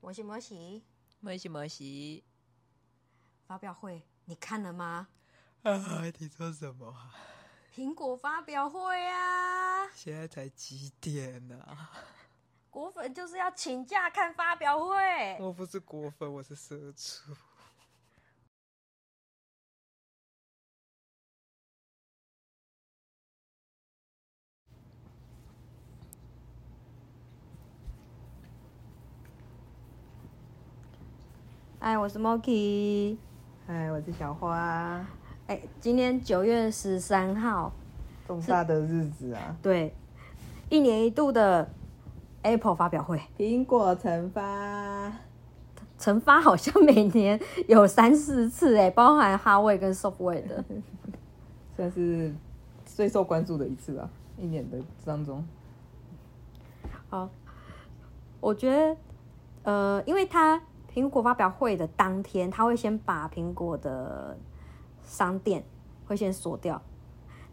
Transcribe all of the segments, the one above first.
我是摩西。摩西摩西发表会你看了吗？啊！你说什么啊？苹果发表会啊，现在才几点啊呢、果粉就是要请假看发表会。我不是果粉，我是社畜。哎，我是 Moki。哎，我是小花，哎，今天九月十三号，重大的日子啊！对，一年一度的 Apple 发表会，苹果惩罚，陈发好像每年有三四次，哎，包含哈位跟 Software 的。算是最受关注的一次吧，一年的当中。好，我觉得，呃，因为它苹果发表会的当天，他会先把苹果的商店会先锁掉，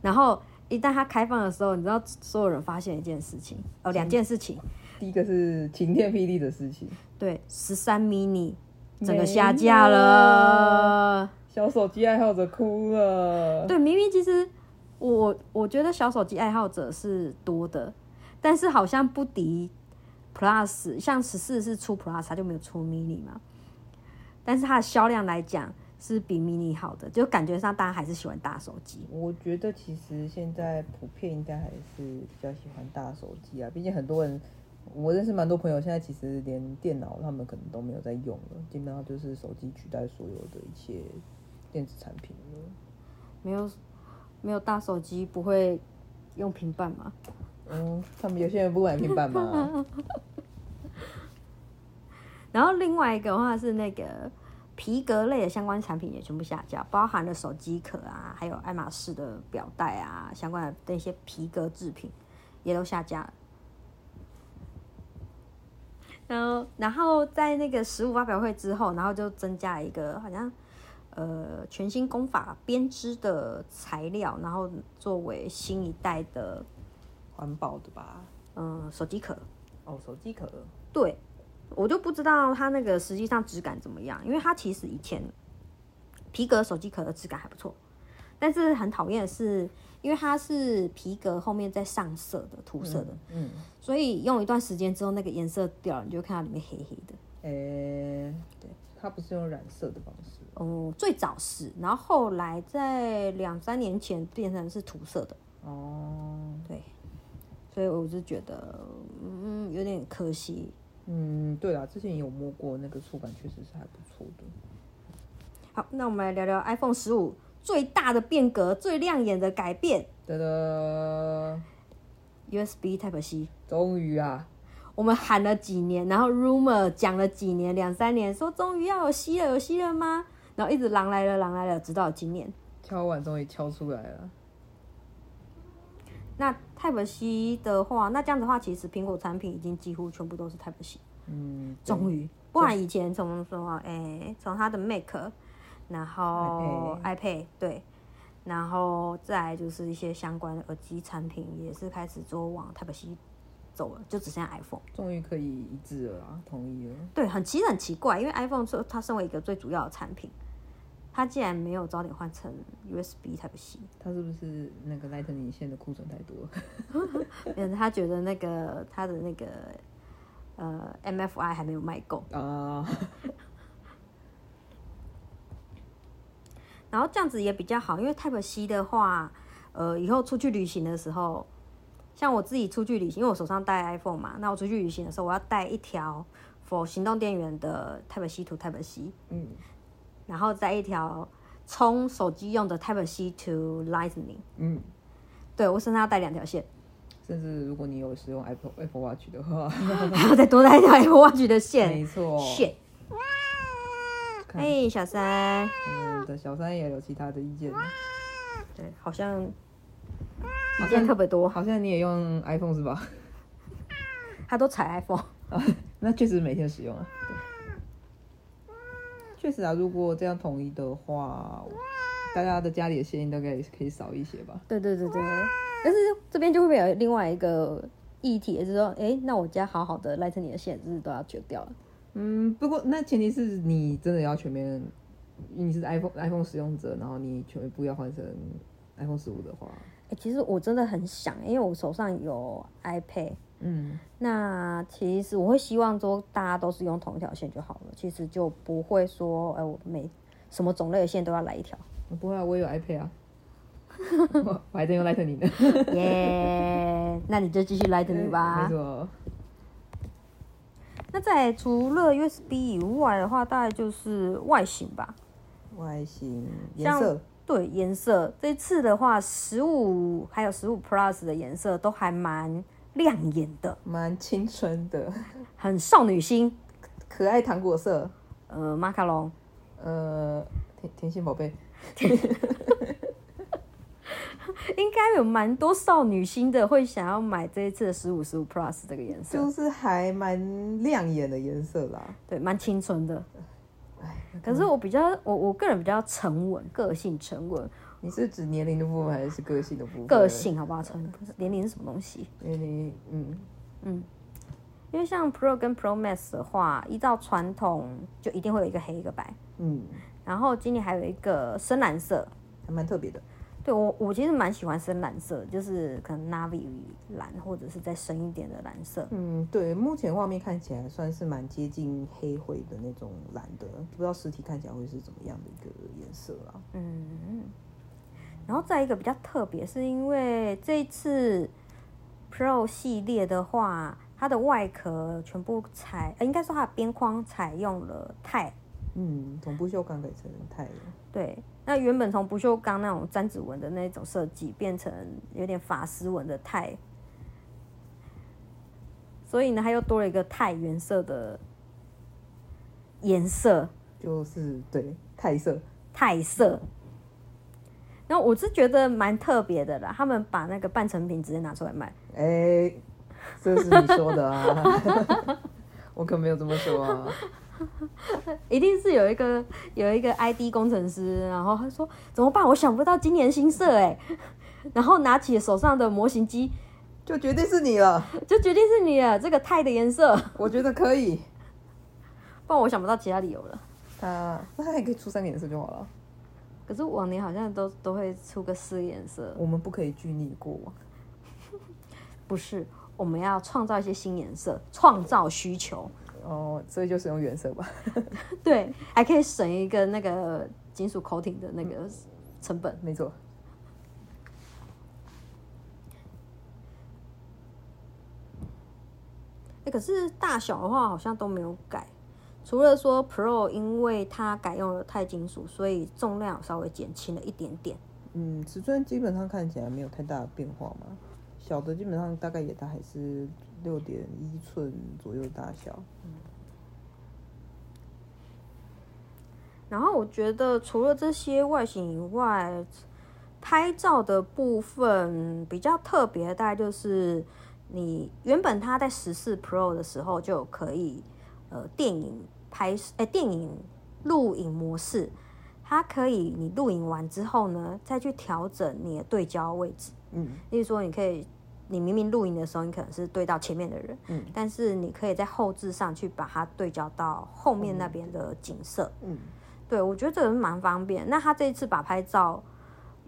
然后一旦它开放的时候，你知道所有人发现一件事情，哦，两件事情，第一个是晴天霹雳的事情，对，十三 mini 整个下架了。小手机爱好者哭了。对，明明其实我我觉得小手机爱好者是多的，但是好像不敌 Plus，像十四是出 Plus，它就没有出 Mini 嘛。但是它的销量来讲是比 Mini 好的，就感觉上大家还是喜欢大手机。我觉得其实现在普遍应该还是比较喜欢大手机啊，毕竟很多人，我认识蛮多朋友，现在其实连电脑他们可能都没有在用了，基本上就是手机取代所有的一切电子产品了。没有没有大手机不会用平板吗？嗯，他们有些人不买平板嘛，然后另外一个的话是那个皮革类的相关产品也全部下架，包含了手机壳啊，还有爱马仕的表带啊，相关的那些皮革制品也都下架了。然后，然后在那个十五发表会之后，然后就增加了一个好像呃全新工法编织的材料，然后作为新一代的环保的吧？嗯手机壳。哦，手机壳，对，我就不知道它那个实际上质感怎么样，因为它其实以前皮革手机壳的质感还不错，但是很讨厌的是，因为它是皮革后面再上色的涂色的，嗯，所以用一段时间之后，那个颜色掉了，你就会看到里面黑黑的。诶、对，它不是用染色的方式，哦、最早是，然后后来在两三年前变成是涂色的，哦，对，所以我就觉得，嗯，有点可惜。嗯，对啦，之前有摸过那个触感，确实是还不错的。好，那我们来聊聊 iPhone 十五最大的变革、最亮眼的改变。噔噔， USB Type C，终于啊，我们喊了几年，然后 rumor 讲了几年，两三年，说终于要有 C 了，有 C 了吗？然后一直狼来了，狼来了，直到今年。敲碗终于敲出来了。那 Type C 的话，那这样的话，其实苹果产品已经几乎全部都是 Type C，嗯，终于，不然以前从什么，哎、从它的 Mac，然后 iPad，对，然后再来就是一些相关的耳机产品也是开始都往 Type C 走了，就只剩下 iPhone。终于可以一致了啦，同意了。对，很其实很奇怪，因为 iPhone 是它身为一个最主要的产品，它竟然没有早点换成 USB Type C，他是不是那个 Lightning 线的库存太多了？嗯，他觉得那个它的那个呃 MFI 还没有卖够，啊，然后这样子也比较好，因为 Type C 的话，呃，以后出去旅行的时候，像我自己出去旅行，因为我手上带 iPhone 嘛，那我出去旅行的时候，我要带一条 for 行动电源的 Type C to Type C，嗯，然后再一条充手机用的 Type C to Lightning，嗯，对我身上要带两条线。 甚至如果你有使用 Apple Apple Watch 的话，还要再多带一条 Apple Watch 的线没。错，线。看哎，小三，我们的小三也有其他的意见啊呢，对，好像好意见特像别多，好像你也用 iPhone 是吧？ 他都踩 iPhone。啊，那确实每天使用啊。确实啊，如果这样统一的话，大家的家里的线应该可以少一些吧。对对对对，但是这边就会不会有另外一个议题，就是说，哎，那我家好好的 Lightning 的线是不是都要绝掉了？嗯，不过那前提是你真的要全面，你是 iPhone iPhone 使用者，然后你全部要换成 iPhone 十五的话，欸其实我真的很想，因为我手上有 iPad，嗯，那其实我会希望说大家都是用同一条线就好了，其实就不会说，哎、我每什么种类的线都要来一条，不会啊，我也有 iPad 啊，我我还在用 Lightning 呢， 耶、那你就继续来 n 吧 嗯没。错，那在除了 USB 以外的话，大概就是外形吧。外形、颜像色，对颜色，这次的话，十五还有十五 Plus 的颜色都还蛮亮眼的，蛮青春的，很少女心。可爱糖果色，呃，马卡龙，呃，甜甜心宝贝，应该有蛮多少女心的会想要买这一次的十五十五 Plus 这个颜色，就是啊还蛮亮眼的颜色啦。对，蛮清纯的。哎，可是我比较，我我个人比较沉稳，个性沉稳，你是指年龄的部分还是个性的部分？个，性好不好？沉年龄是什么东西？年龄，嗯，因为像 Pro 跟 Pro Max 的话，依照传统就一定会有一个黑一个白，嗯，然后今年还有一个深蓝色。还蛮特别的。对我，我其实蛮喜欢深蓝色，就是可能 navy 蓝或者是再深一点的蓝色。嗯，对，目前画面看起来算是蛮接近黑灰的那种蓝的，不知道实体看起来会是怎么样的一个颜色啊啦。然后再一个比较特别，是因为这一次 Pro 系列的话，它的外壳全部采，呃，应该说它的边框采用了钛。嗯，总部锈钢改成钛了。对，那原本从不锈钢那种粘指纹的那种设计，变成有点法丝纹的钛。所以呢，它又多了一个钛原色的颜色。就是对钛色，泰色。然后我是觉得蛮特别的啦，他们把那个半成品直接拿出来卖，哎、这是你说的啊， 我可没有这么说啊。一定是有一个有一个 ID 工程师，然后他说怎么办？我想不到今年新色哎、 然后拿起手上的模型机，就决定是你了，就决定是你了这个泰的颜色，我觉得可以。不然我想不到其他理由了。它那它还可以出三个颜色就好了，可是往年好像都都会出个四个颜色，我们不可以拘泥于过往。不是？我们要创造一些新颜色，创造需求， 哦，所以就是用原色吧。对，还可以省一个那个金属口挺的那个成本。没错，欸，可是大小的话好像都没有改，除了说 Pro 因为它改用了钛金属，所以重量有稍微减轻了一点点。嗯，尺寸基本上看起来没有太大的变化嘛，小的基本上大概也它还是六点一寸左右大小。然后我觉得除了这些外形以外，拍照的部分比较特别，大概就是你原本它在十四 Pro 的时候就可以呃电影拍摄，哎、电影录影模式，它可以你录影完之后呢，再去调整你的对焦位置。嗯，例如说，你可以，你明明录影的时候，你可能是对到前面的人，嗯，但是你可以在后置上去把它对焦到后面那边的景色，嗯，对我觉得这个是蛮方便。那他这一次把拍照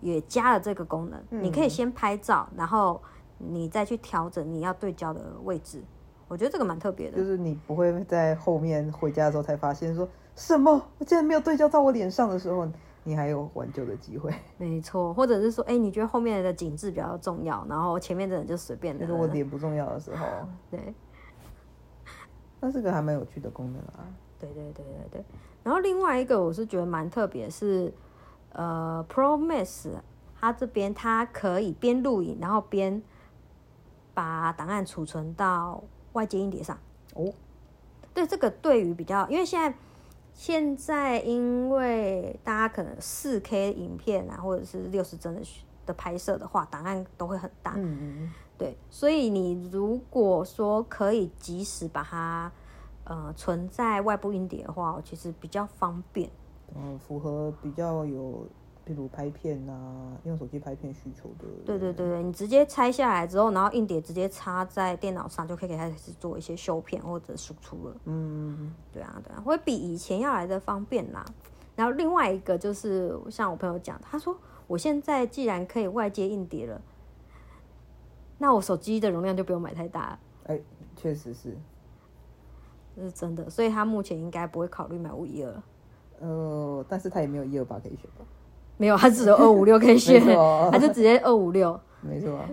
也加了这个功能，你嗯可以先拍照，然后你再去调整你要对焦的位置，我觉得这个蛮特别的就。是你不会在后面回家的时候才发现说什么，我竟然没有对焦到我脸上的时候，你还有挽救的机会。没错，或者是说，哎、你觉得后面的景致比较重要，然后前面的人就随便就的是，我脸不重要的时候，对。那是个还蛮有趣的功能啊。对对对对对。然后另外一个我是觉得蛮特别是，呃，Pro Max 它这边它可以边录影，然后边把档案储存到外接硬碟上。哦，对，这个对于比较，因为现在现在因为大家可能四 K 影片啊，或者是六十帧的需的拍摄的话，档案都会很大。嗯嗯对，所以你如果说可以及时把它呃存在外部硬碟的话，其实比较方便。嗯，符合比较有譬如拍片啊，用手机拍片需求的，对对对对，你直接拆下来之后，然后硬碟直接插在电脑上，就可以开始做一些修片或者输出了。嗯，对啊，对啊，会比以前要来的方便啦。然后另外一个就是像我朋友讲，他说我现在既然可以外接硬碟了，那我手机的容量就不用买太大了，哎、确实是，这是真的。所以他目前应该不会考虑买五一二，呃，但是他也没有一二八可以选吧？没有，他只有二五六可以选 没错，他就直接二五六。没错啊，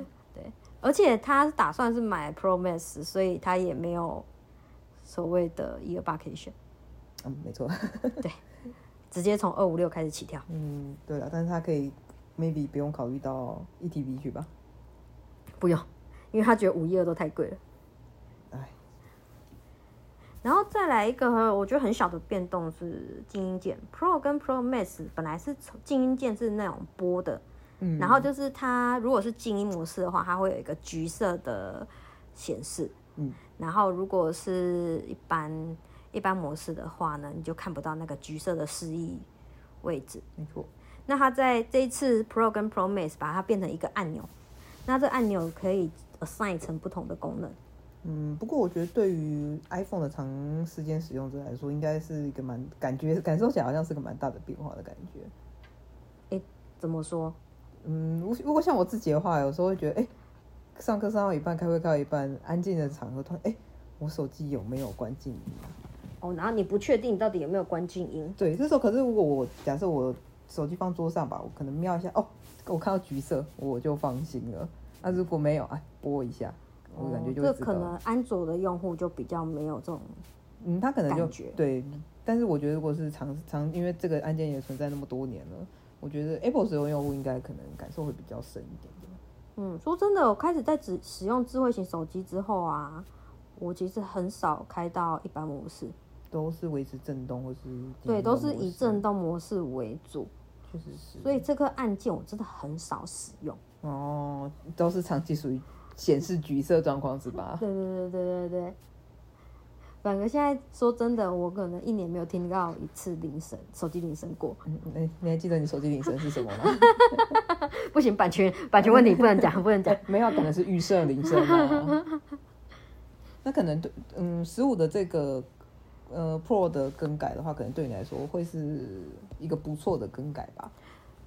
而且他打算是买 Pro Max，所以他也没有所谓的一二八可以选，嗯，没错，直接从二五六开始起跳。嗯，对了，但是他可以 maybe 不用考虑到 ETB 去吧？不用，因为他觉得五一二都太贵了。哎，然后再来一个我觉得很小的变动是静音键 Pro 跟 Pro Max 本来是从静音键是那种波的，嗯，然后就是它如果是静音模式的话，它会有一个橘色的显示，嗯，然后如果是一般一般模式的话呢，你就看不到那个橘色的示意位置。没错，那它在这一次 Pro 跟 Pro Max 把它变成一个按钮，那这按钮可以 assign 成不同的功能。嗯，不过我觉得对于 iPhone 的长时间使用者来说，应该是一个蛮感觉感受起来好像是个蛮大的变化的感觉。怎么说？嗯，如如果像我自己的话，有时候会觉得，哎、上课上到一半，开会开到一半，安静的场合，突然，哎、我手机有没有关静音啊？哦，然后你不确定到底有没有关静音，对，这时候可是如果我假设我手机放桌上吧，我可能瞄一下，哦，我看到橘色，我就放心了。那、如果没有，哎，拨一下，我感觉就会哦这知可道。能安卓的用户就比较没有这种，嗯，他可能就感觉对，但是我觉得如果是长长，因为这个案件也存在那么多年了，我觉得 Apple 使用用户应该可能感受会比较深一点点。嗯，说真的，我开始在使使用智慧型手机之后啊，我其实很少开到一般模式，都是维持震动或是对，静音都的是模以式震，动模式为主，确实是。所以这个按键我真的很少使 用。哦，都是长期属于显示橘色状况是吧？ 对对对对对对。反而现在说真的，我可能一年没有听到一次铃声，手机铃声过。 嗯，你你还记得你手机铃声是什么吗？不行，版权版权问题不能讲，不能讲。没有，可能是预设铃声啊。 那可能对，嗯，十五的这个呃 Pro 的更改的话，可能对你来说会是一个不错的更改吧。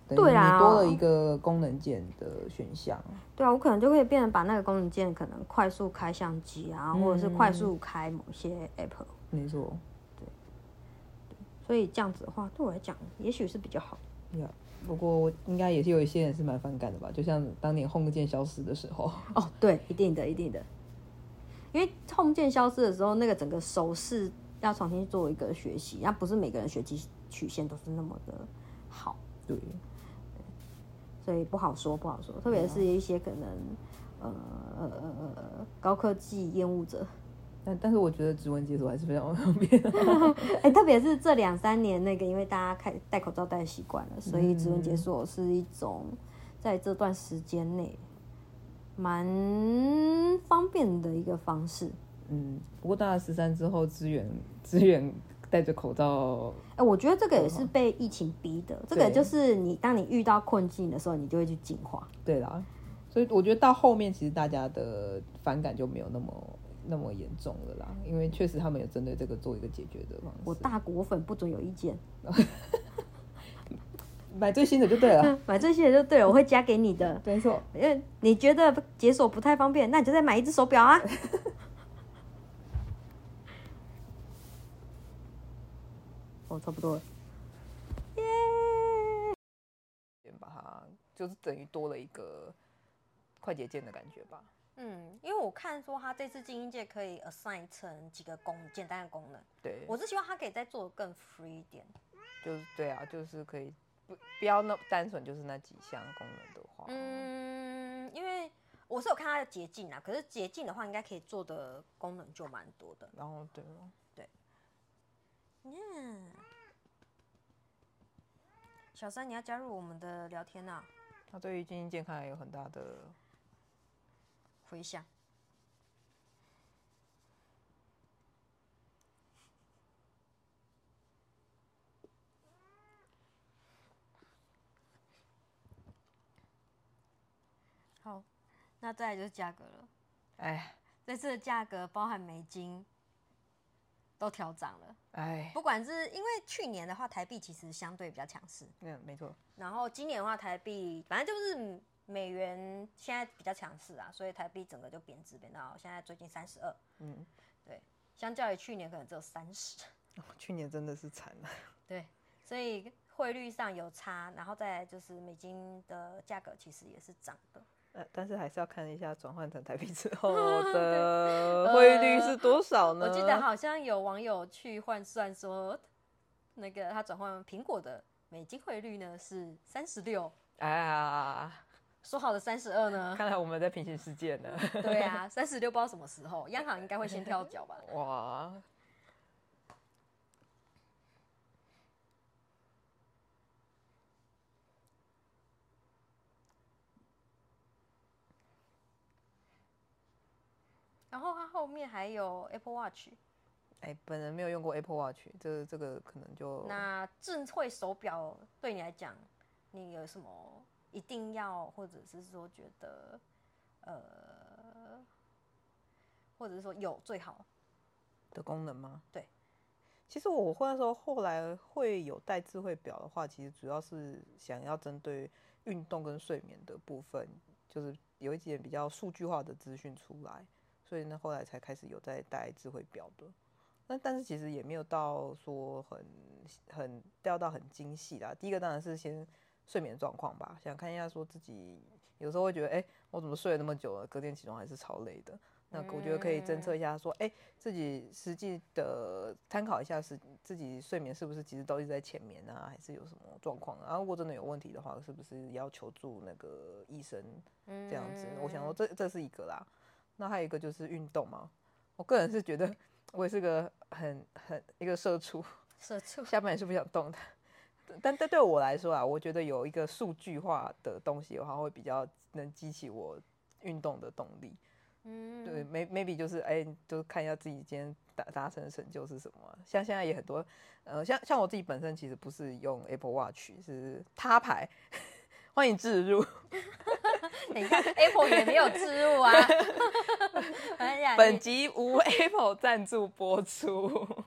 等于对啊你多了一个功能键的选项。对啊，我可能就会变成把那个功能键可能快速开相机啊，或者是快速开某些 app，没错，所以这样子的话，对我来讲也许是比较好。呀、不过应该也是有一些人是蛮反感的吧，就像当年 Home 键消失的时候。 哦，对，一定的，一定的。因为 home 键消失的时候，那个整个手势要重新做一个学习，那不是每个人学习曲线都是那么的好。对，所以不好说，不好说。特别是一些可能，呃呃呃呃呃，高科技厌恶者，但但是我觉得指纹解锁还是非常方便 的。 哎、特别是这两三年那个，因为大家开戴口罩戴习惯了，所以指纹解锁是一种在这段时间内蛮方便的一个方式。嗯，不过大家十三之后支援支援戴着口罩，哎、我觉得这个也是被疫情逼的，这个对就是你当你遇到困境的时候，你就会去进化。对啦，所以我觉得到后面其实大家的反感就没有那么那么严重了啦，因为确实他们有针对这个做一个解决的方式。我大果粉不准有意见，买最新的就对 了，买这些就对了，我会加给你的。没错，因为你觉得解锁不太方便，那你就再买一只手表啊。哦，差不多了。把它就是等于多了一个快捷键的感觉吧。嗯，因为我看说它这次精英界可以 assign 成几个功简单的功能，对，我是希望它可以再做得更 free 一点。就是对啊，就是可以不不要那单纯就是那几项功能的话，嗯，因为我是有看它的捷径啊，可是捷径的话应该可以做的功能就蛮多的。然后对哦嗯，小三，你要加入我们的聊天啊？它对于经济健康也有很大的回想。好，那再来就是价格了。哎这次的价格包含美金都调涨了，哎，不管是因为去年的话，台币其实相对比较强势，嗯，没错，然后今年的话，台币反正就是美元现在比较强势啊，所以台币整个就贬值贬到现在最近三十二，嗯，哦对，相较于去年可能只有三十，去年真的是惨啊了，对，所以汇率上有差，然后再来就是美金的价格其实也是涨的，呃，但是还是要看一下转换成台币 之后的汇率是多少呢？呃我记得好像有网友去换算说，那个他转换苹果的美金汇率呢是三十六，哎呀，说好的三十二 呢？看来我们在平行世界呢，对啊，三十六不知道什么时候，央行应该会先跳脚吧？哇，然后它后面还有 Apple Watch，哎，本人没有用过 Apple Watch，这这个可能就那智慧手表对你来讲，你有什么一定要，或者是说觉得，呃，或者是说有最好？的功能吗？对。其实我换的时候，后来会有戴智慧表的话，其实主要是想要针对运动跟睡眠的部分，就是有一点比较数据化的资讯出来，所以呢，后来才开始有在戴智慧表的。那但是其实也没有到说很很掉到很精细啦。第一个当然是先睡眠状况吧，想看一下说自己有时候会觉得，哎、我怎么睡了那么久了，隔天起床还是超累的。那我觉得可以侦测一下，说，哎、自己实际的参考一下是自己睡眠是不是其实都一直在浅眠啊，还是有什么状况啊？如果真的有问题的话，是不是要求助那个医生这样子？嗯我想说这这是一个啦。那还有一个就是运动嘛，我个人是觉得我也是个很很一个社畜，社畜下半也是不想动的。但但对我来说啊，我觉得有一个数据化的东西的话，会比较能激起我运动的动力。嗯，对，may-，maybe 就是哎、就是看一下自己今天达达成的成就是什么啊、像现在也很多，呃，像像我自己本身其实不是用 Apple Watch，是他牌， 欢迎置入。 等一下，Apple 也没有植入啊。 哎呀，本你集无 Apple 赞助播出。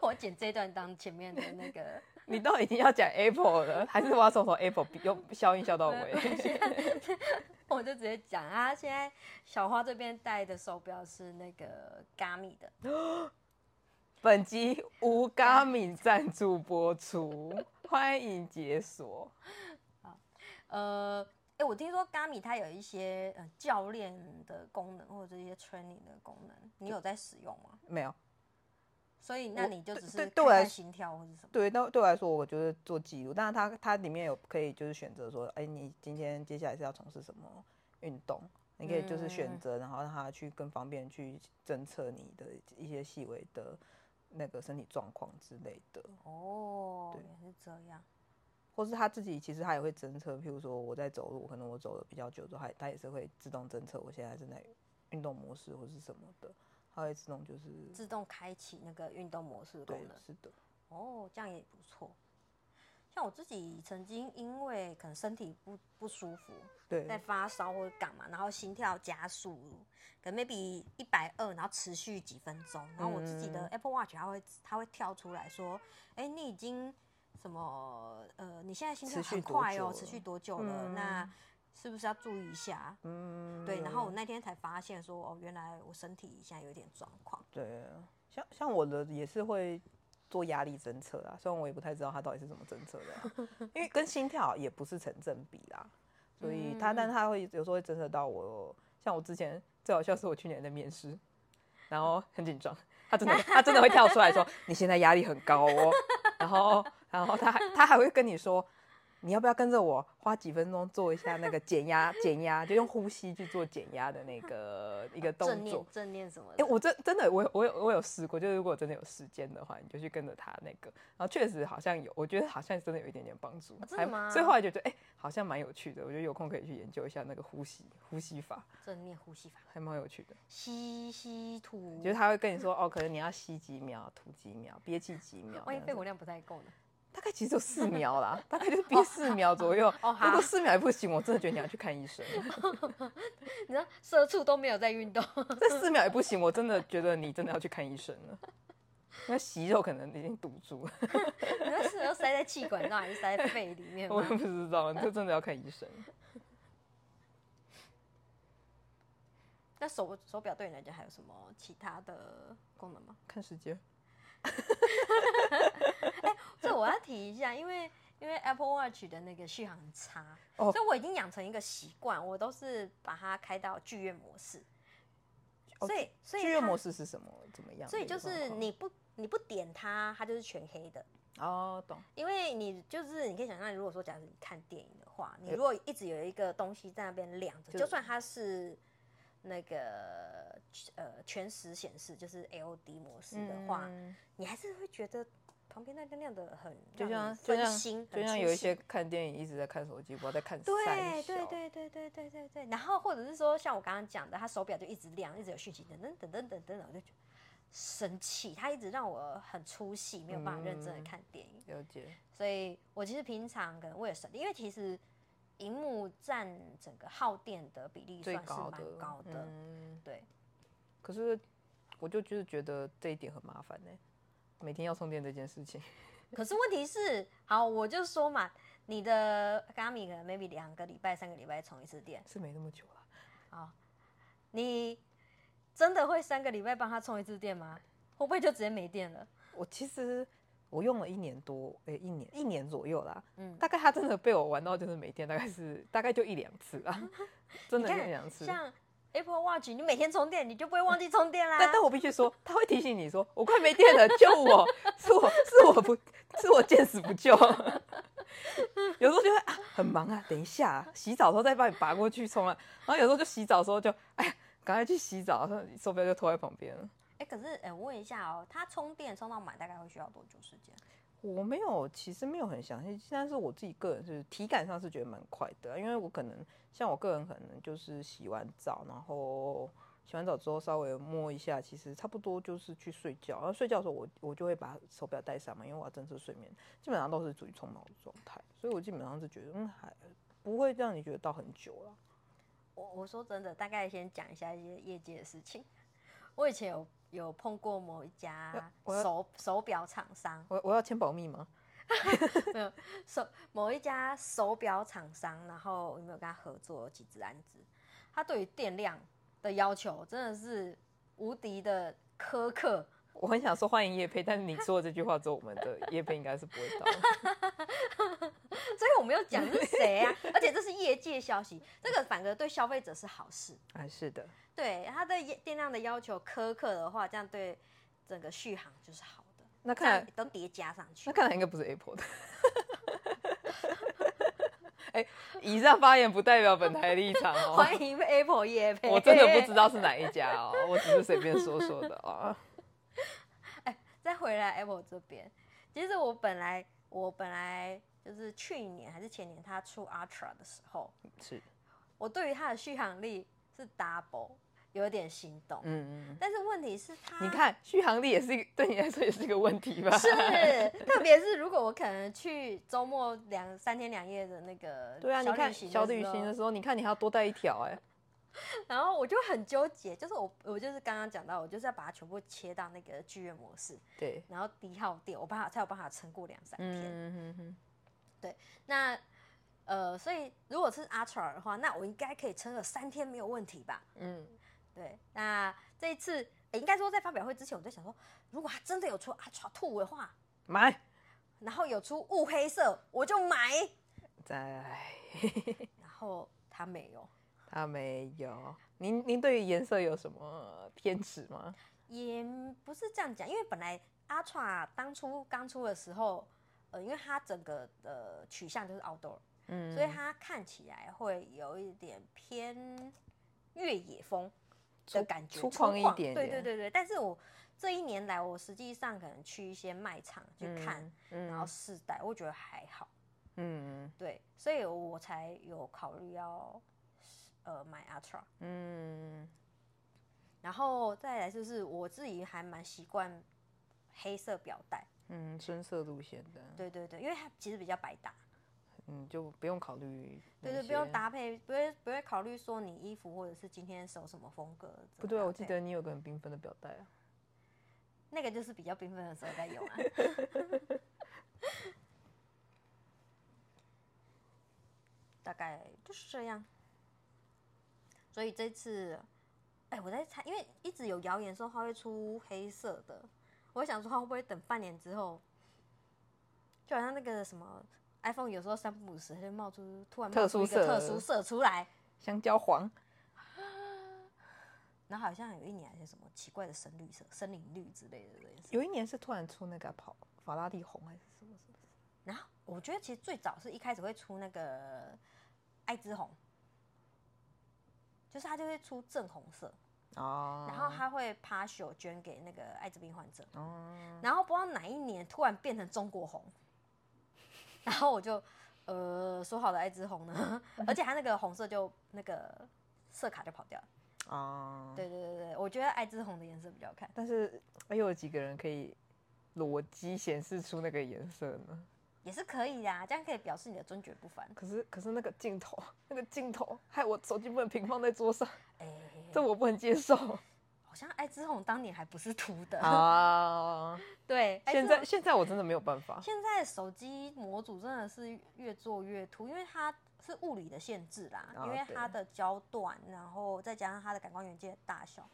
我剪这段当前面的那个，你都已经要讲 Apple 了，还是我要从头 Apple 比用消音消到尾？我就直接讲啊。现在小花这边戴的手表是那个 Gami 的，本集无 Garmin 赞助播出，欢迎解锁。呃，哎、我听说 Gami 它有一些呃教练的功能或者一些 training 的功能，你有在使用吗？没有，所以那我你就只是对对看对我来看说心跳或者什么。对，那对我来说，我觉得做记录，但是它它里面有可以就是选择说，哎，你今天接下来是要从事什么运动，你可以就是选择，然后让它去更方便去侦测你的一些细微的那个身体状况之类的，哦，原来是这样。或是它自己其实它也会侦测，譬如说我在走路，可能我走的比较久之后，它它也是会自动侦测我现在正在运动模式或是什么的，它会自动就是自动开启那个运动模式的对功能，是的，哦，这样也不错。像我自己曾经因为可能身体不不舒服，对在发烧或者干嘛，然后心跳加速，可能 maybe 一百二，然后持续几分钟，然后我自己嗯的 Apple Watch 它会它会跳出来说，哎、你已经什么呃，你现在心跳持续很多快哦，久持续了多久了？那是不是要注意一下？嗯，对，然后我那天才发现说，哦，原来我身体现在有点状况。对，像像我的也是会做压力侦测啊，虽然我也不太知道它到底是怎么侦测的啊、因为跟心跳也不是成正比啦，所以它，嗯但它会有时候会侦测到我，像我之前最好笑是我去年的面试，然后很紧张，它真的它真的会跳出来说你现在压力很高哦，然后然后它还它还会跟你说。你要不要跟着我花几分钟做一下那个减压？减压就用呼吸去做减压的那个一个正动作念，正念什么哎、的，我真真的，我有我有我有试过，就是如果真的有时间的话，你就去跟着他那个，然后确实好像有，我觉得好像真的有一点点帮助，哦真的还吗所以后来就觉得，哎、好像蛮有趣的，我觉得有空可以去研究一下那个呼吸呼吸法，正念呼吸法，还蛮有趣的。吸吸吐就是他会跟你说，哦，可能你要吸几秒，吐几秒，憋气几秒这万一样子。肺活量不太够呢？大概其实有四 秒啦，大概就是憋四秒左右。哦好如果四秒也不行，我真的觉得你要去看医 生。 你知道社畜都没有在运动，这四秒也不行，我真的觉得你真的要去看医生了。那息肉可能已经堵住了，你 那是要塞在气管上还是塞在肺里面我吗也？不知道，嗯这真的要看医生。 那手手表对你来讲还有什么其他的功能吗？看时间，这我要提一下，因为因为 Apple Watch 的那个续航很差，哦所以我已经养成一个习惯，我都是把它开到剧院模式。哦所以所以剧院它模式是什么？怎么样？所以就这个是状况你不你不点它，它就是全黑的。哦，懂因为你就是你可以想象，如果说假设你看电影的话，你对如果一直有一个东西在那边亮着，呃就就算它是那个呃全时显示，就是 LD 模式的话，嗯你还是会觉得旁边那个亮的很就让像人就分像心，就很像清有一醒些看电影一直在看手机，不知道在看三对小对对对对对对对，然后或者是说像我刚刚讲的，他手表就一直亮，一直有讯息，等等等等等等，我就觉得生气，他一直让我很出戏，没有办法认真的嗯看电影。了解，所以我其实平常可能为了省，因为其实荧幕占整个耗电的比例最算是高蛮的高的，嗯对，可是我就就是觉得这一点很麻烦呢、每天要充电这件事情， 可是问题是，好，我就说嘛，你的 Gami 可能 maybe 两个礼拜、三个礼拜充一次电，是没那么久了。你真的会三个礼拜帮他充一次电吗？会不会就直接没电了？我其实我用了一年多，诶、一年一年左右啦。嗯大概他真的被我玩到，就是每天大概是大概就一两次 啦，真你的一看，两次。像 Apple Watch，你每天充电，你就不会忘记充电啦。 但但我必须说，他会提醒你说：“我快没电了，救我！”是我是我不是我见死不救。有时候就会啊，很忙啊，等一下、啊、洗澡的时候再帮你拔过去冲啊。然后有时候就洗澡的时候就哎呀，赶快去洗澡，手表就拖在旁边了。哎、可是哎、我问一下哦，它充电充到满大概会需要多久时间？我没有，其实没有很详细，但是我自己个人是体感上是觉得蛮快的啊，因为我可能像我个人可能就是洗完澡，然后洗完澡之后稍微摸一下，其实差不多就是去睡觉。然后睡觉的时候我我就会把手表戴上嘛，因为我要侦测睡眠，基本上都是处于充脑的状态，所以我基本上是觉得嗯还不会让你觉得到很久了。我我说真的，大概先讲一下一些业界的事情。我以前有有碰过某一家我要手手表厂商，我我要签保密吗？ 手某一家手表厂商，然后有没有跟他合作几支安子？他对于电量的要求真的是无敌的苛刻。我很想说欢迎叶佩，但是你说的这句话之后，我们的叶佩应该是不会到。 所以我没有讲是谁啊，而且这是业界消息，这个反而对消费者是好事。哎，是的，对它对电量的要求苛刻的话，这样对整个续航就是好的。那这看来样都叠加上去那，看来应该不是 Apple 的。 哎、以上发言不代表本台立场哦。欢迎 Apple 夜配。我真的不知道是哪一家哦，我只是随便说说的哦。 再回来 Apple 这边，其实我本来我本来就是去年还是前年它出 Ultra 的时候，是，我对于它的续航力是 double 有点心动，嗯嗯但是问题是它嗯，你看续航力也是一个对你来说也是一个问题吧？是， 啊特别是如果我可能去周末两三天两夜的那个对啊，你看行小的旅时候行的时候，你看你还要多带一条哎、然后我就很纠结，就是我我就是刚刚讲到，我就是要把它全部切到那个剧院模式，对，然后低耗电，我办法才有办法撑过两三天。嗯嗯嗯，那呃，所以如果是 Ultra 的话，那我应该可以撑个三天没有问题吧？嗯，对，那这一次、诶应该说在发表会之前，我在想说，如果它真的有出 Ultra Two 的话，买，然后有出雾黑色，我就买。在，然后它没有，他没有。您您对于颜色有什么偏执吗？也不是这样讲，因为本来 Ultra 当初刚出的时候，呃，因为它整个的、呃取向就是 outdoor，嗯，所以它看起来会有一点偏越野风的感觉，粗粗犷一点对对点对对，但是我这一年来，我实际上可能去一些卖场去看，嗯，然后试戴，我觉得还好。嗯对，所以我才有考虑要呃买 Ultra。嗯然后再来就是我自己还蛮习惯黑色表带，嗯，深色路线的，对对对，因为它其实比较百搭，嗯，就不用考虑那对对，些，不用搭配，不会不会考虑说你衣服或者是今天手什么风格。怎么不对啊，搭我记配得你有个很缤纷的表带啊，那个就是比较缤纷的时候在 用啊。大概就是这样。所以这次，哎、我在猜，因为一直有谣言说它会出黑色的，我想说它会不会等半年之后，就好像那个什么 iPhone 有时候三不五时它就冒出突然冒特出一殊个色特殊色出来，香蕉黄，然后好像有一年还是什么奇怪的深绿色、森林绿之类的这件事。有一年是突然出那个跑法拉利红还是什么什么，然后我觉得其实最早是一开始会出那个爱之红，就是它就会出正红色，哦，然后它会趴手捐给那个艾滋病患者，哦，然后不知道哪一年突然变成中国红，然后我就呃说好的爱之红呢， 而且它那个红色就那个色卡就跑掉了。哦，对对对对，我觉得爱之红的颜色比较好看。但是又有几个人可以裸机显示出那个颜色呢？也是可以的、啊，这样可以表示你的尊爵不凡。可是可是那个镜头，那个镜头害我手机不能平放在桌上，哎、这我不能接受好像爱之红当年还不是涂的，哦啊！ 对，爱之红 现在现在我真的没有办法，现在手机模组真的是越做越凸，因为它是物理的限制啦，哦因为对它的焦段，然后再加上它的感光元件的大小，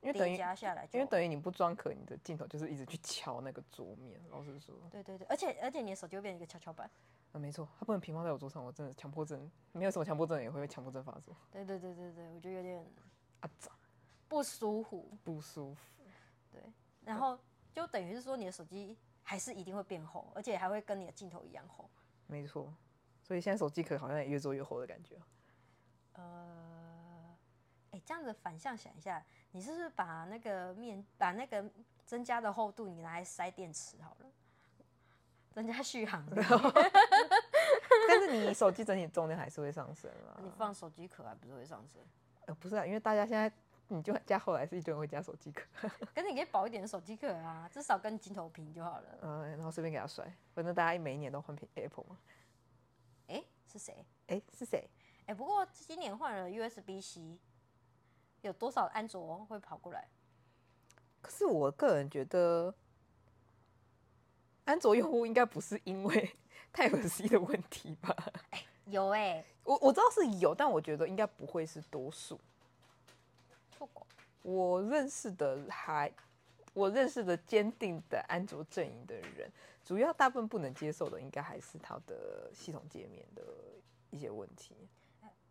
因为等叠于加下来就因为等于你不装壳，你的镜头就是一直去敲那个桌面。老实说，对对对，而且而且你的手机会变成一个跷跷板，啊，没错，它不能平放在我桌上，我真的强迫症，没有什么强迫症也会强迫症发作，对对对对对，我觉得有点啊，咋不舒服，不舒服。对，然后就等于是说你的手机还是一定会变厚，而且还会跟你的镜头一样厚，没错，所以现在手机壳好像也越做越厚的感觉。哦呃，哎，这样子反向想一下，你是不是把那个面把那个增加的厚度，你拿来塞电池好了，增加续航力， 但是你手机整体重量还是会上升啦。你放手机壳还不是会上升？呃，不是啊，因为大家现在你就加后来是一堆人会加手机壳， 可是你可以薄一点的手机壳啊，至少跟镜头平就好了。嗯、然后随便给他摔，反正大家每一年都换 Apple 嘛。哎、是谁？哎、是谁？哎、不过今年换了 USB C，有多少安卓会跑过来？可是我个人觉得，安卓用户应该不是因为 Type C 的问题吧？有哎、我我知道是有，但我觉得应该不会是多数。出国我认识的还，我认识的坚定的安卓阵营的人，主要大部分不能接受的，应该还是它的系统界面的一些问题。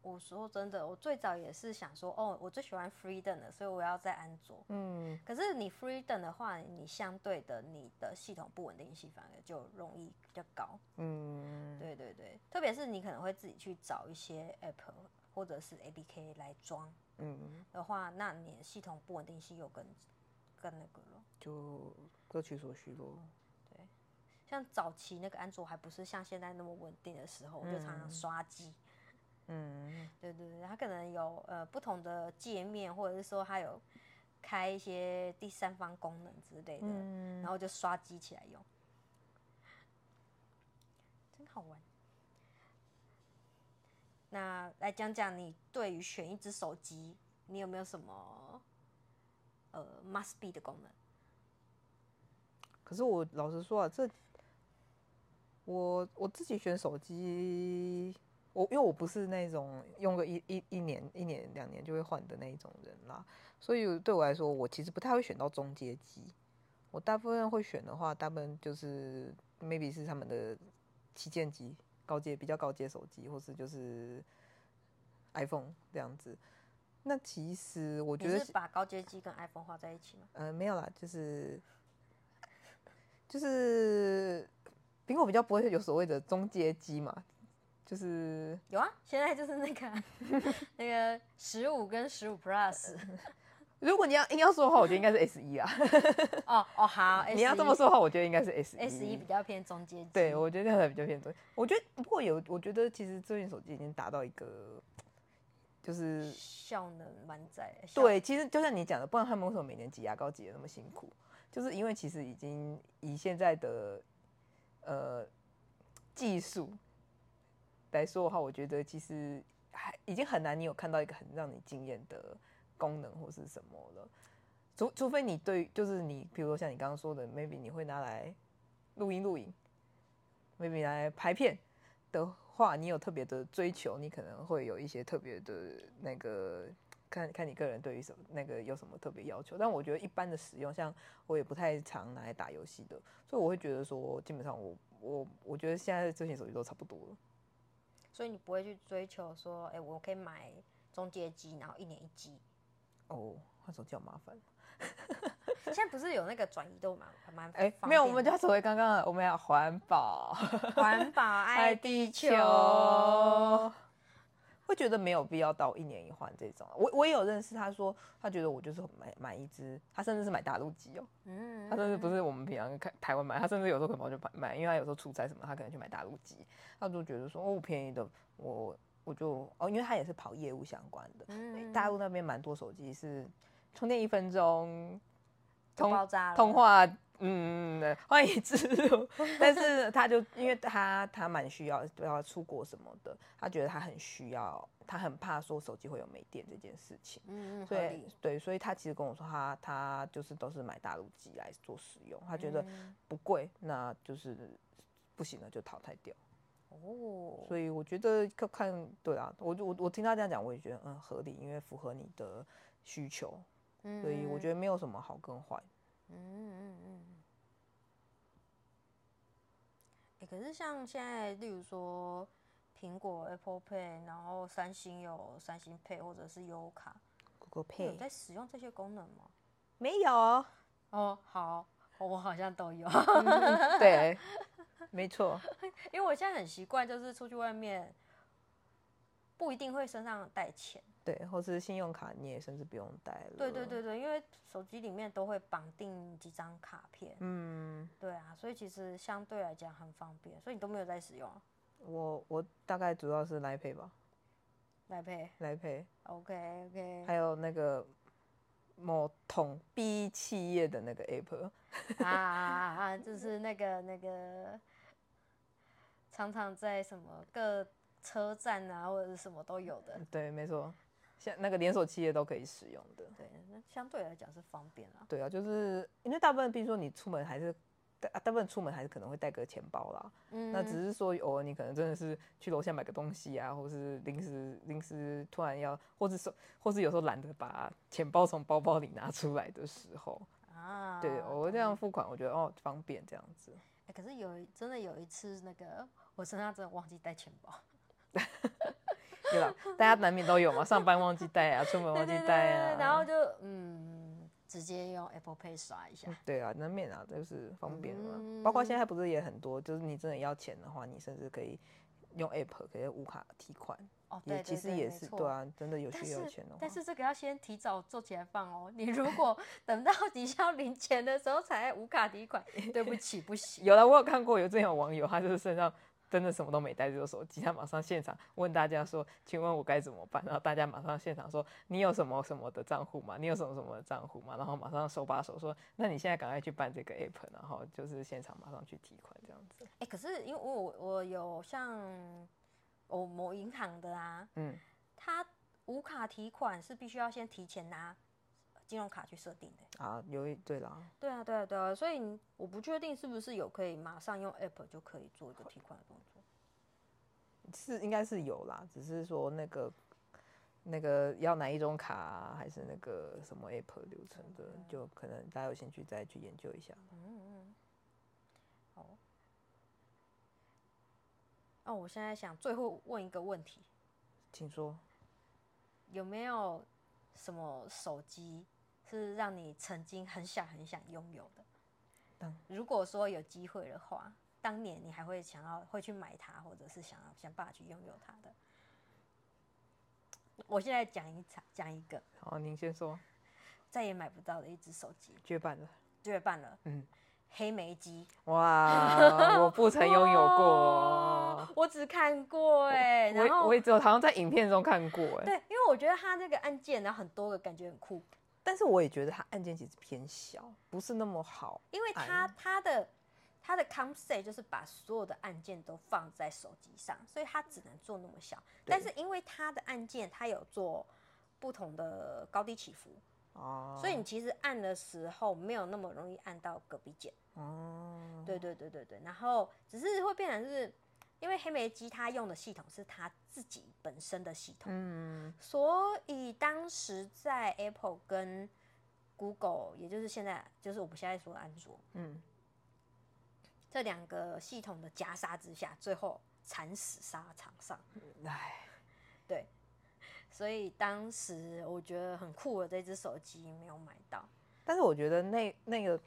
我说真的，我最早也是想说，哦，我最喜欢 Freedom 的，所以我要在安卓。嗯，可是你 freedom 的话，你相对的你的系统不稳定性反而就容易比较高。嗯，对对对，特别是你可能会自己去找一些 app 或者是 APK 来装嗯，的话，那你的系统不稳定性又更更那个了。就各取所需咯。像早期那个安卓还不是像现在那么稳定的时候，我就常常刷机。嗯，对对对，它可能有呃不同的界面，或者是说它有开一些第三方功能之类的，嗯然后就刷机起来用，真好玩。那来讲讲你对于选一只手机，你有没有什么呃 must be 的功能？可是我老实说啊，这我我自己选手机，我因为我不是那种用个一一一年一年两年就会换的那一种人啦，所以对我来说，我其实不太会选到中阶机。我大部分会选的话，大部分就是 maybe 是他们的旗舰机、高阶比较高阶手机，或是就是 iPhone 这样子。那其实我觉你得是把高阶机跟 iPhone 画在一起吗？呃，没有啦，就是就是苹果比较不会有所谓的中阶机嘛，就是有啊，现在就是那个 啊那个十五跟十五 Plus。如果你要硬要说的话，我觉得应该是 S 一 啊。哦哦，好， 你要这么说的话，我觉得应该是 S 一。 ，S 一比较偏中阶级。对，我觉得这样才比较偏中。我觉得不过有，我觉得其实智能手机已经达到一个，就是效能蛮在。效对，其实就像你讲的，不然他们为什么每年挤牙膏挤得那么辛苦？就是因为其实已经以现在的呃技术来说的话，我觉得其实还已经很难你有看到一个很让你惊艳的功能或是什么了。除除非你对，就是你，比如说像你刚刚说的，maybe 你会拿来录音录影，maybe 拿来拍片的话，你有特别的追求，你可能会有一些特别的那个，看看你个人对于什么那个有什么特别要求。但我觉得一般的使用，像我也不太常拿来打游戏的，所以我会觉得说，基本上我我我觉得现在这些手机都差不多了。所以你不会去追求说，哎、我可以买中阶机，然后一年一机。哦，换手机好麻烦。现在不是有那个转移都蛮蛮 哎、方没有，我便们的就要走回刚刚的，我们要环保。环 保爱地球会觉得没有必要到一年一换这种。啊我我也有认识，他说他觉得我就是买买一只，他甚至是买大陆机哦，嗯，他甚至不是我们平常看台湾买，他甚至有时候可能就买买，因为他有时候出差什么，他可能去买大陆机，他就觉得说哦便宜的，我我就哦，因为他也是跑业务相关的，嗯哎大陆那边蛮多手机是充电一分钟，就爆炸了通话，嗯，欢迎植入。但是他就因为他他蛮需要要出国什么的，他觉得他很需要，他很怕说手机会有没电这件事情。嗯嗯合对理，对，所以他其实跟我说他，他就是都是买大陆机来做使用，他觉得嗯不贵，那就是不行了就淘汰掉。哦，所以我觉得看看对啊，我就我我听他这样讲，我也觉得嗯合理，因为符合你的需求，所以我觉得得没有什么好跟坏。嗯嗯嗯嗯。哎、可是像现在，例如说苹果 Apple Pay，然后三星有三星 Pay 或者是优卡， Google 你有 Pay 在使用这些功能吗？没有，哦，好，我好像都有。 嗯对，没错，因为我现在很习惯，就是出去外面不一定会身上带钱。对，或是信用卡你也甚至不用带了。对对对，对，因为手机里面都会绑定几张卡片，嗯，对啊，所以其实相对来讲很方便，所以你都没有在使用我我大概主要是来 pay 吧，来配来 pay， ，OK OK 还有那个某统 B 企业的那个 app，啊啊啊啊，就是那个那个，常常在什么各车站啊或者是什么都有的，对，没错，像那个连锁企业都可以使用的。对，那相对来讲是方便啦。对啊，就是因为大部分，比如说你出门还是大大部分出门还是可能会带个钱包啦。嗯，那只是说偶尔你可能真的是去楼下买个东西啊，或是临时临时突然要，或是说，或是有时候懒得把钱包从包包里拿出来的时候，啊，对，我这样付款，我觉得哦方便这样子。哎、可是有一真的有一次，那个我身上真的忘记带钱包，对吧？大家难免都有嘛，上班忘记带啊，出门忘记带啊，然后就嗯，直接用 Apple Pay 刷一下。对啊，难免啊，就是方便嘛。包括嗯现在不是也很多，就是你真的要钱的话，你甚至可以用 app 可以无卡提款，哦，对对也其实对也没是错对啊，真的有但需要有钱是的话，但是这个要先提早做起来放哦。你如 果等到你需要领钱的时候才无卡提款，对不起，不 行。有了，我有看过有这种网友，他就是身上真的什么都没带，只有手机，他马上现场问大家说：“请问我该怎么办？”然后大家马上现场说：“你有什么什么的账户吗？你有什么什么的账户吗？”然后马上手把手说：“那你现在赶快去办这个 app，然后就是现场马上去提款这样子。哎、可是因为我我有像我某银行的啊，”嗯，它无卡提款是必须要先提前拿金融卡去设定的。啊，有一对啦，对啊，对啊，对啊，所以你我不确定是不是有可以马上用 App 就可以做一个提款的动作。是应该是有啦，只是说那个。那个要哪一种卡、啊，还是那个什么 app 流程的，就可能大家有兴趣再去研究一下。哦，我现在想最后问一个问题，请说。有没有什么手机是让你曾经很想很想拥有的当？如果说有机会的话，当年你还会想要会去买它，或者是想要想办法去拥有它的？我现在讲一场讲一个好，您先说。再也买不到的一只手机，绝版了。绝版了，嗯，黑莓机。哇，我不曾拥有哇过，哦我只看过哎、然我后我也只有好像在影片中看过，哎，对，因为我觉得它那个按键然后很多个，感觉很酷。但是我也觉得它按键其实偏小，不是那么好按，因为它它的它的 concept 就是把所有的按键都放在手机上，所以它只能做那么小。但是对因为它的按键它有做不同的高低起伏，哦，所以你其实按的时候没有那么容易按到隔壁键。哦，对对对对对，然后只是会变成是，因为黑莓机它用的系统是它自己本身的系统，嗯，所以当时在 Apple 跟 Google，也就是现在就是我们现在说的安卓嗯这两个系统的夹杀之下，最后惨死沙场上。嗯，哎，所以当时我觉得很酷的这只手机没有买到，但是我觉得那那个，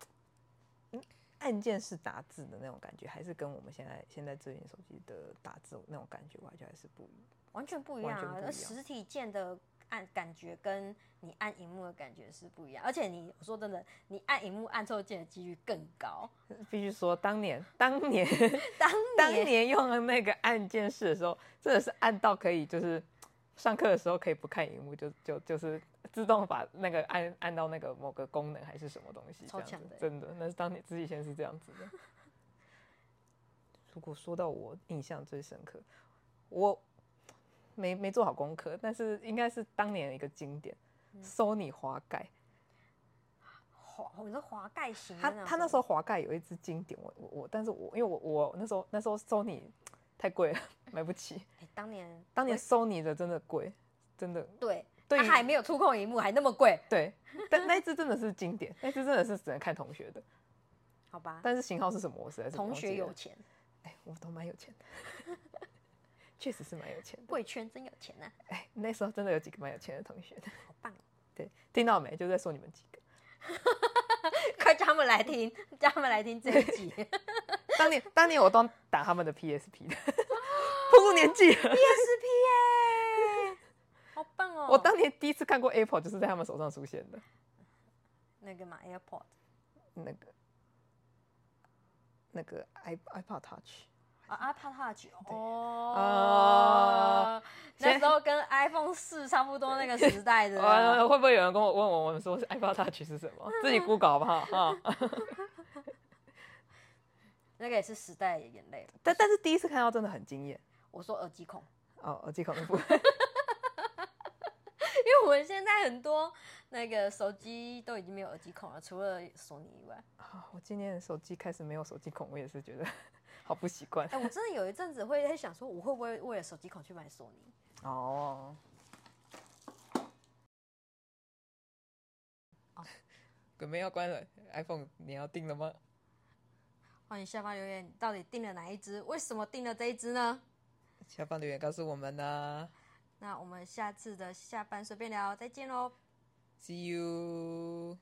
嗯，按键式打字的那种感觉，还是跟我们现在现在这型手机的打字那种感觉，我还觉得还是不一样。完全不一样完全啊！不一那样实体键的按感觉跟你按荧幕的感觉是不一样，而且你我说真的，你按荧幕按错键的几率更高。 必须说，当年当年当当年用的那个按键式的时候，真的是按到可以就是。上课的时候可以不看荧幕，就就就是自动把那个按按到那个某个功能还是什么东西，超这样强子的欸真的，那是当年自己先是这样子的。如果说到我印象最深刻，我没没做好功课，但是应该是当年的一个经典、s 嗯 o n y 滑盖，滑，你说滑盖型他的他那时候滑盖有一支经典，我我我，但是我因为我我那时候那时候 Sony 太贵了，买不起。哎当年当年我 Sony 的真的贵，真的对，对它啊还没有触控荧幕，还那么贵， 对，但那一只真的是经典，那一只真的是只能看同学的。好吧？但是型号是什么，我实在啊是同忘记学有了，钱，哎，我都蛮有钱的，确实是蛮有钱的。贵圈真有钱啊呐、哎，那时候真的有几个蛮有钱的同学的，好棒哦！ 对，听到没？就在说你们几个。 快叫他们来听，叫他们来听这一 集。当年当年我都打他们的 PSP 的，哦暴露年纪了。 PSP 耶， 好棒哦！我当年第一次看过 Apple 就是在他们手上出现的。那个嘛 AirPod，那个那个 i iPod Touch，啊，iPod Touch 对哦啊，那时候跟 iPhone 四差不多那个时代 的啊，呃，会不会有人跟我问我我们说是哎 iPod Touch 是什么？自己 Google 好不好啊？那个也是时代的眼泪。 但但是第一次看到真的很惊艳我说耳机孔，哦，耳机孔的 部分因为我们现在很多那个手机都已经没有耳机孔了，除了索尼以外。啊我今年手机开始没有手机孔，我也是觉得 好不习惯 哎、我真的有一阵子会在想说，我会不会为了手机孔去买索尼？哦。哦鬼门要关了，iPhone 你要定了吗？欢迎下方留言，你到底订了哪一只？为什么订了这一只呢？下方留言告诉我们啊呐、那我们下次的下班随便聊，再见喽， See you。